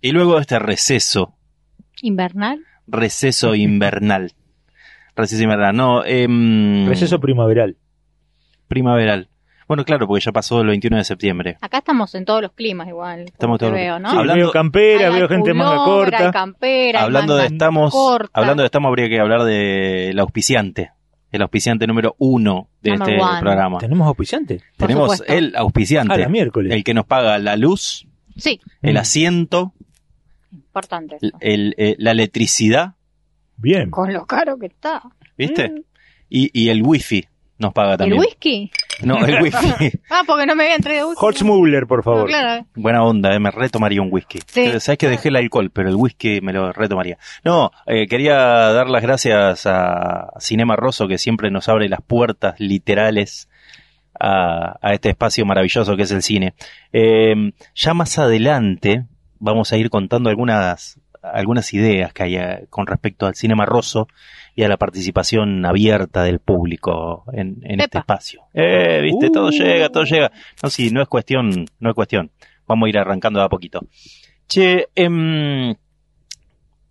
Y luego de este receso, ¿Invernal? receso invernal. Receso invernal, no, em, Receso primaveral. primaveral. Bueno, claro, porque ya pasó el 21 de septiembre. Acá estamos en todos los climas igual. Estamos Estamos todos- todos. Veo, ¿no? Sí, Hablando- veo Hay campera, veo gente manga pullover, hay corta. campera, hay Hablando de manga estamos, corta. hablando de estamos, habría que hablar del auspiciante, el auspiciante número uno de Number este one. programa. Tenemos auspiciantes. Por Tenemos supuesto. el A auspiciante, la miércoles. el que nos paga la luz, Sí, el Mm. asiento, importante. el- Eso. el- eh, la electricidad, Mm. Bien. Con lo caro que está. ¿viste? Mm. Y, y el wifi nos paga ¿El también. whisky? No, el whisky. Ah, porque no me habían traído whisky. Hortzmugler, por No, favor. claro. Buena onda, eh, me retomaría un whisky. Eh, Sí. Sabes que dejé el alcohol, pero el whisky me lo retomaría. No, eh, quería dar las gracias a Cinema Rosso, que siempre nos abre las puertas literales a, a este espacio maravilloso que es el cine. Eh, ya más adelante vamos a ir contando algunas, algunas ideas que hay eh, con respecto al Cinema Rosso y a la participación abierta del público en, en este Epa. espacio. Eh, viste, todo Uh. llega, todo llega. No, sí, no es cuestión, no es cuestión. Vamos a ir arrancando de a poquito. Che, em,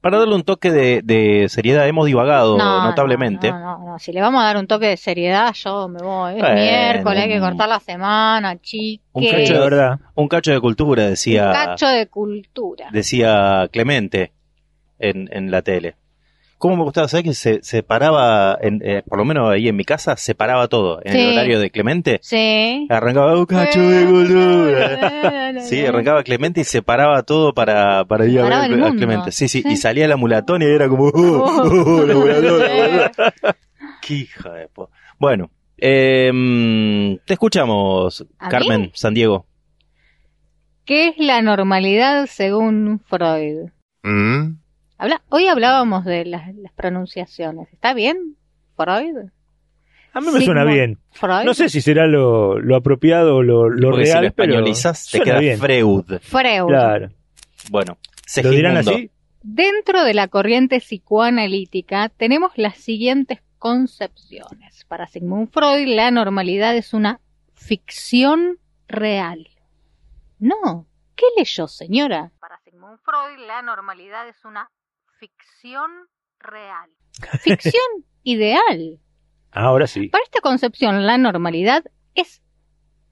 para darle un toque de, de seriedad, hemos divagado No, notablemente. No, no, no. Si le vamos a dar un toque de seriedad, yo me voy. Es Bueno. miércoles, hay que cortar la semana, chiques. Un Sí, cacho la verdad. Un cacho de cultura, decía. Un cacho de cultura. decía Clemente en, en la tele. ¿Cómo me gustaba? ¿Sabes que se, se paraba, en, eh, por lo menos ahí en mi casa, se paraba todo? En el Sí. Eh, horario de Clemente, Sí. arrancaba un cacho de cultura. Sí, arrancaba Clemente y se paraba todo para, para ir a Paraba ver el a mundo. Clemente. Sí, sí, Sí. y salía la mulatón y era como, ¡oh, oh, la mulatón, la mulatón! ¡Qué hija de po- Bueno, em, te escuchamos, ¿A mí? Carmen, San Diego. ¿Qué es la normalidad según Freud? ¿Mm? Habla- Hoy hablábamos de las, las pronunciaciones. ¿Está bien? ¿Freud? A mí me Sí, suena como- bien. ¿Freud? No sé si será lo, lo apropiado o lo, lo Porque si real, lo pero españolizas, te suena queda bien. Freud. Freud. Claro. Bueno, ¿Lo dirán Segismundo. así? Dentro de la corriente psicoanalítica tenemos las siguientes concepciones. Para Sigmund Freud, la normalidad es una ficción real. No, ¿qué leyó, señora? Para Sigmund Freud, la normalidad es una ficción real. Ficción ideal. Ahora sí. Para esta concepción, la normalidad es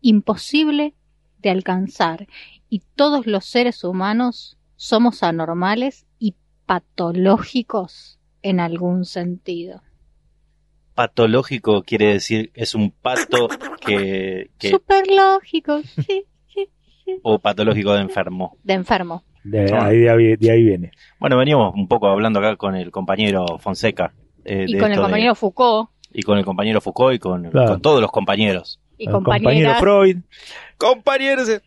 imposible de alcanzar y todos los seres humanos somos anormales y patológicos en algún sentido. patológico quiere decir es un pato que, que- Superlógicos, sí, sí, sí. o patológico de enfermo. De enfermo. De, Ah. ahí, de ahí- de ahí viene. Bueno, veníamos un poco hablando acá con el compañero Fonseca. eh, Y de con el esto de- compañero Foucault y con el compañero Foucault y con, Claro. con todos los compañeros. y El compañero compañeras. Freud. Compañeros. eh.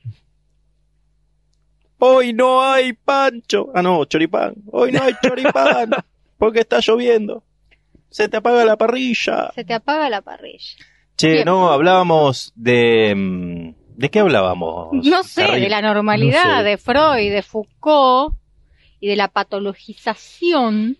Hoy no hay pancho. Ah, no, choripán. Hoy no hay choripán porque está lloviendo. Se te apaga la parrilla. Se te apaga la parrilla. Che, Bien. no, hablábamos de... mm, ¿De qué hablábamos? No sé, Carril? de la normalidad No sé. de Freud, de Foucault y de la patologización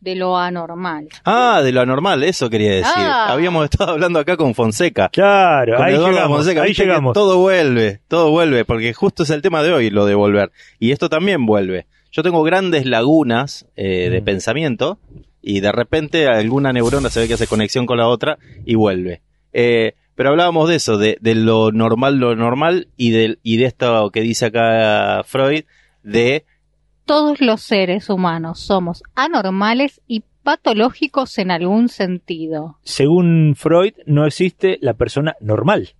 de lo anormal. Ah, de lo anormal, eso quería decir. Ah. Habíamos estado hablando acá con Fonseca. Claro, Con ahí Eduardo llegamos. Fonseca, ahí viste que llegamos. Todo vuelve, todo vuelve, porque justo es el tema de hoy, lo de volver. Y esto también vuelve. Yo tengo grandes lagunas eh, de Mm. pensamiento y de repente alguna neurona se ve que hace conexión con la otra y vuelve. Eh, pero hablábamos de eso, de, de lo normal, lo normal y de, y de esto que dice acá Freud, de Todos los seres humanos somos anormales y patológicos en algún sentido. Según Freud, no existe la persona normal.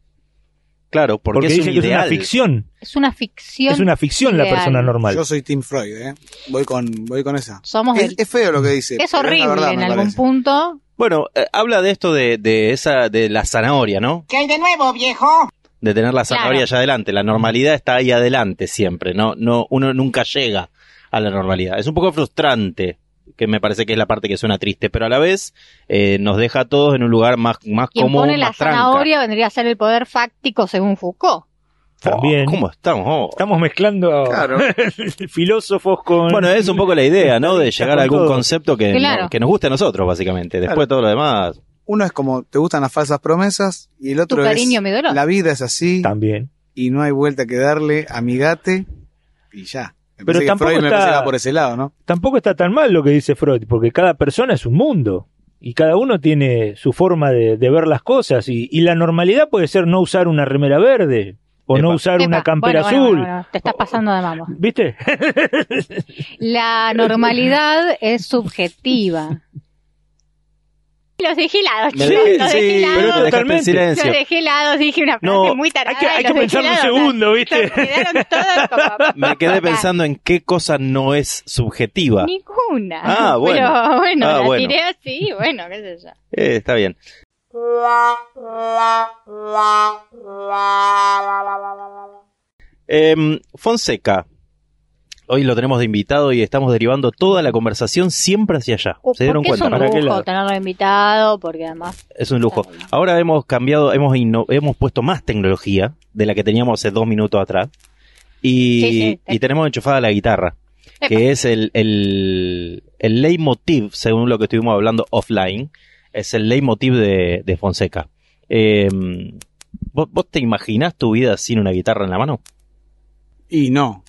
claro, porque, es un dice que ideal. es una ficción. Es una ficción. Es una ficción la ideal. persona normal. Yo soy Team Freud, ¿eh? Voy con, voy con esa. Somos Es, del- es feo lo que dice. es pero la horrible verdad, en me algún parece. punto. Bueno, eh, habla de esto de, de esa de la zanahoria, ¿no? ¿Qué hay de nuevo, viejo? De tener la zanahoria allá adelante. La normalidad está ahí adelante siempre, ¿no? No, uno nunca llega a la normalidad. Es un poco frustrante, que me parece que es la parte que suena triste, pero a la vez eh, nos deja a todos en un lugar más, más Quien cómodo, pone la más tranca. zanahoria vendría a ser el poder fáctico según Foucault. Oh, También. ¿Cómo estamos? Oh. Estamos mezclando Claro. filósofos con. Bueno, eh, es un poco la idea, ¿no? De Está llegar a con algún todo. concepto que, Claro. que nos guste a nosotros, básicamente. Después todo lo demás. Uno es como, te gustan las falsas promesas, y el Tu otro es, cariño me dolor. la vida es así, También. y no hay vuelta que darle, amigate, y ya. Me Pero parece que tampoco Freud me está- parece que va por ese lado, ¿no? Tampoco está tan mal lo que dice Freud, porque cada persona es un mundo y cada uno tiene su forma de, de ver las cosas y, y la normalidad puede ser no usar una remera verde o no Epa. usar una Epa, campera bueno, bueno, azul. bueno, bueno, te estás pasando de mambo. ¿Viste? La normalidad es subjetiva. Los vigilados, Me chicos, dejé- los sí, pero me vigilados. dejaste en totalmente. Los silencio. vigilados, dije una frase No, muy tarada. Hay que, hay y que los pensarlo un vigilados, segundo, o sea, ¿viste? Quedaron todos como... Me quedé pensando en qué cosa no es subjetiva. Ninguna. Ah, bueno. Pero bueno, Ah, la bueno. tiré así, bueno, qué sé yo. Eh, está bien. Em, Fonseca. Hoy lo tenemos de invitado y estamos derivando toda la conversación siempre hacia allá. Oh, ¿Se dieron porque cuenta? Es no? un ¿Para qué lujo lado? tenerlo invitado, porque además. Es un lujo. Ahora hemos cambiado, hemos, inno- hemos puesto más tecnología de la que teníamos hace dos minutos atrás. Y, Sí, sí, te- y tenemos enchufada la guitarra, que es el, el, el leitmotiv, según lo que estuvimos hablando offline, es el leitmotiv de, de Fonseca. Eh, ¿vos, vos te imaginás tu vida sin una guitarra en la mano? Y no.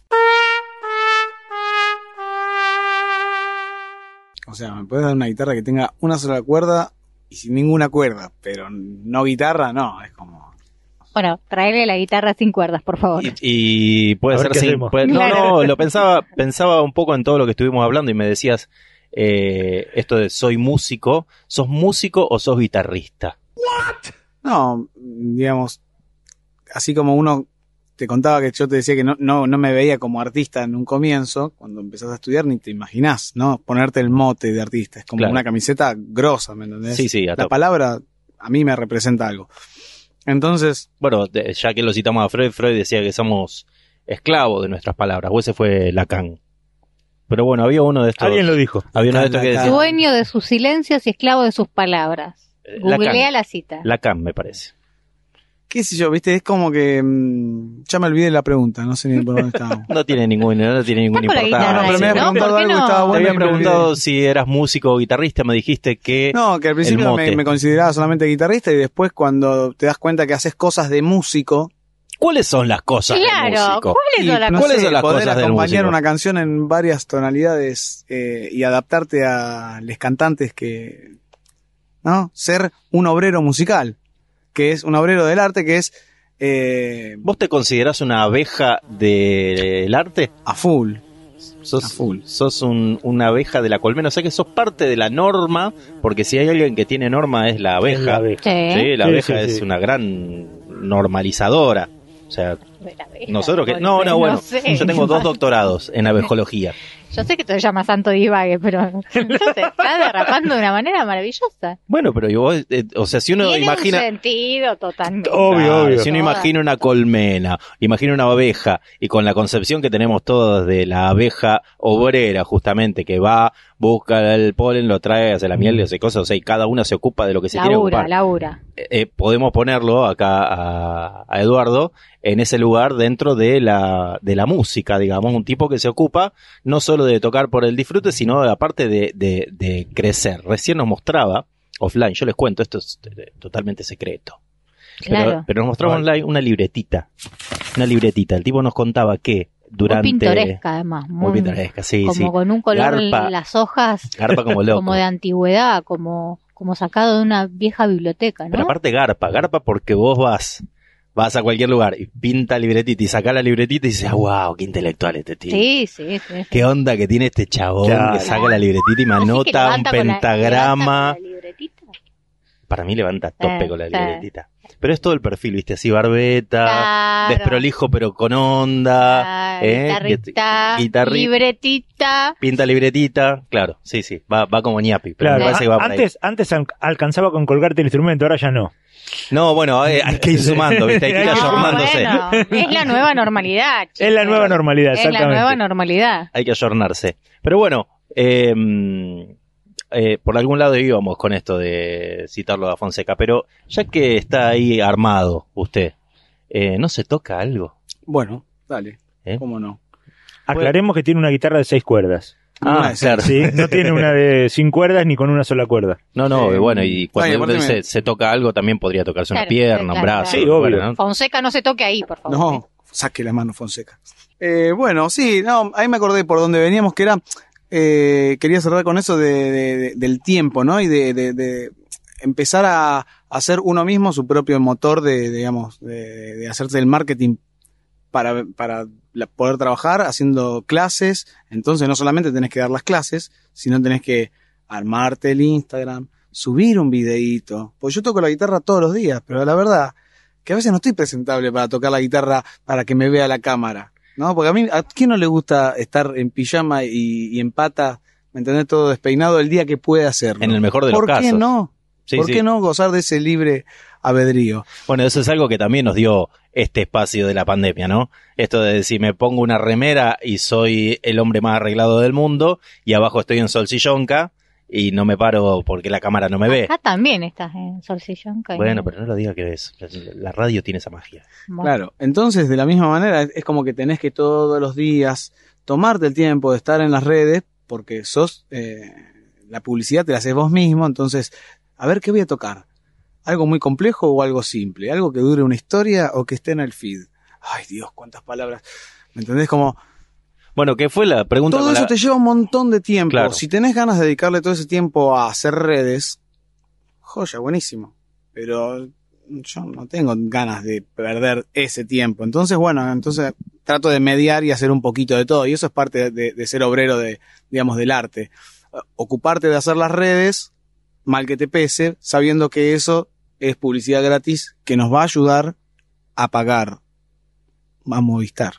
O sea, me puedes dar una guitarra que tenga una sola cuerda y sin ninguna cuerda, pero no guitarra, no, es como... Bueno, traerle la guitarra sin cuerdas, por favor. Y, y puede A ver ser qué sin- hacemos. puede- no, Claro. no, lo pensaba, pensaba un poco en todo lo que estuvimos hablando y me decías eh, esto de soy músico, ¿sos músico o sos guitarrista? No, digamos, así como uno te contaba que yo te decía que no, no, no me veía como artista en un comienzo, cuando empezás a estudiar ni te imaginás, ¿no? Ponerte el mote de artista, es como Claro. una camiseta grosa, ¿me entendés? Sí, sí, a La tope. palabra a mí me representa algo. Entonces, Bueno, de- ya que lo citamos a Freud, Freud decía que somos esclavos de nuestras palabras, o ese fue Lacan. Pero bueno, había uno de estos, Alguien lo dijo. había uno de estos que Lacan. decía Dueño de sus silencios y esclavo de sus palabras. Eh, Googlea Lacan. la cita. Lacan, me parece. qué sé yo, viste, es como que mm, ya me olvidé la pregunta, no sé ni por dónde estábamos. No tiene ningún, no tiene Está ninguna con la importancia. guitarra, No, pero me ese, había ¿no? ¿Por preguntado qué algo y no? estaba Te bueno. había y me olvidé. preguntado si eras músico o guitarrista, me dijiste que No, que al principio mote. me, me consideraba solamente guitarrista y después cuando te das cuenta que haces cosas de músico, ¿Cuáles son las cosas del Claro, músico? y, ¿cuáles son las no ¿Cuáles sé, son las poder cosas del acompañar músico? una canción en varias tonalidades eh, y adaptarte a los cantantes que, ¿no? Ser un obrero musical, que es un obrero del arte, que es eh, ¿Vos te considerás una abeja del arte? a full. Sos, A full. sos un- una abeja de la colmena, o sea que sos parte de la norma, porque si hay alguien que tiene norma es la abeja. Es la abeja. Sí, la Sí, abeja sí, es sí. una gran normalizadora. O sea, Sí. nosotros que... Porque No, no, bueno. sé. Yo tengo dos doctorados en abejología. Yo sé que te llamas Santo Divague, pero entonces está derrapando de una manera maravillosa. Bueno, pero yo, o sea, si uno Tiene un imagina... sentido totalmente. Oh, Obvio, Claro, obvio. Si uno Todas. imagina una colmena, imagina una abeja, y con la concepción que tenemos todos de la abeja obrera, justamente, que va, busca el polen, lo trae, hace la miel y hace cosas, o sea, y cada una se ocupa de lo que se tiene que Laura, ocupar. Laura. Eh, eh, podemos ponerlo acá a, a Eduardo en ese lugar dentro de la, de la música, digamos, un tipo que se ocupa no solo de tocar por el disfrute, sino de la parte de, de- de crecer. Recién nos mostraba, offline, yo les cuento, esto es eh, totalmente secreto. Pero, Claro. pero nos mostraba Vale. online una libretita. Una libretita. El tipo nos contaba que durante. Muy pintoresca, además. Muy, Muy pintoresca, sí, como sí. con un color Garpa. en las hojas, Garpa como loco. como de antigüedad, como, como sacado de una vieja biblioteca, Pero ¿no? aparte garpa, garpa porque vos vas, vas a cualquier lugar y pinta libretita y saca la libretita y dices, wow, qué intelectual este tío. Sí, sí, sí. Qué onda que tiene este chabón Claro. que saca la libretita y me Así que anota un levanta con la- pentagrama. levanta con la libretita. Para mí levanta tope Eh, con la sí. libretita. Pero es todo el perfil, viste, así barbeta, Claro, desprolijo pero con onda, claro, eh, guitarrita, guit- guitarri- libretita. pinta libretita. Claro, sí, sí, va, va como ñapi, pero Claro, me parece que va por ahí. antes, antes al- alcanzaba con colgarte el instrumento, ahora ya no. No, bueno, eh, hay que ir sumando, viste, hay que ir No, ayornándose. bueno, es la nueva normalidad. Es chicos. la ¿eh? nueva normalidad, Es la exactamente. nueva normalidad. hay que ayornarse. Pero bueno, eh, eh, por algún lado íbamos con esto de citarlo a Fonseca, pero ya que está ahí armado usted, eh, ¿no se toca algo? Bueno, dale, ¿Eh? cómo no. Aclaremos que tiene una guitarra de seis cuerdas. Ah, claro. ¿sí? No tiene una de sin cuerdas ni con una sola cuerda. No, no, Eh, bueno, y ay, cuando uno aparte dice me- se toca algo, también podría tocarse una Claro, pierna, un claro, brazo. claro. Sí, obvio. bueno, ¿no? Fonseca, no se toque ahí, por favor. No, saque la mano Fonseca. Eh, bueno, sí, no, ahí me acordé por donde veníamos, que era, eh, quería cerrar con eso de, de- de- del tiempo, ¿no? Y de, de- de empezar a hacer uno mismo su propio motor de, digamos, de, de hacerte el marketing para, para la- poder trabajar haciendo clases. Entonces no solamente tenés que dar las clases, sino tenés que armarte el Instagram, subir un videíto. Pues yo toco la guitarra todos los días, pero la verdad que a veces no estoy presentable para tocar la guitarra para que me vea la cámara. ¿No? Porque a mí, ¿a quién no le gusta estar en pijama y, y en pata, me entendés, todo despeinado el día que puede hacerlo? En el mejor de los ¿Por qué casos. no? Sí, ¿Por sí. qué no gozar de ese libre albedrío? Bueno, eso es algo que también nos dio este espacio de la pandemia, ¿no? Esto de si me pongo una remera y soy el hombre más arreglado del mundo y abajo estoy en solsillonca y no me paro porque la cámara no me ve. Acá también estás en Solsillón. que- Bueno, pero no lo diga que es. La radio tiene esa magia. Bueno. Claro, entonces de la misma manera es como que tenés que todos los días tomarte el tiempo de estar en las redes porque sos eh, la publicidad te la haces vos mismo, entonces a ver qué voy a tocar, algo muy complejo o algo simple, algo que dure una historia o que esté en el feed. Ay Dios, cuántas palabras, ¿me entendés? Como Bueno, ¿qué fue la pregunta? todo con la- eso te lleva un montón de tiempo. Claro. Si tenés ganas de dedicarle todo ese tiempo a hacer redes, joya, buenísimo. Pero yo no tengo ganas de perder ese tiempo. Entonces, bueno, entonces trato de mediar y hacer un poquito de todo. Y eso es parte de, de ser obrero de, digamos, del arte. Eh, Ocuparte de hacer las redes, mal que te pese, sabiendo que eso es publicidad gratis que nos va a ayudar a pagar a Movistar.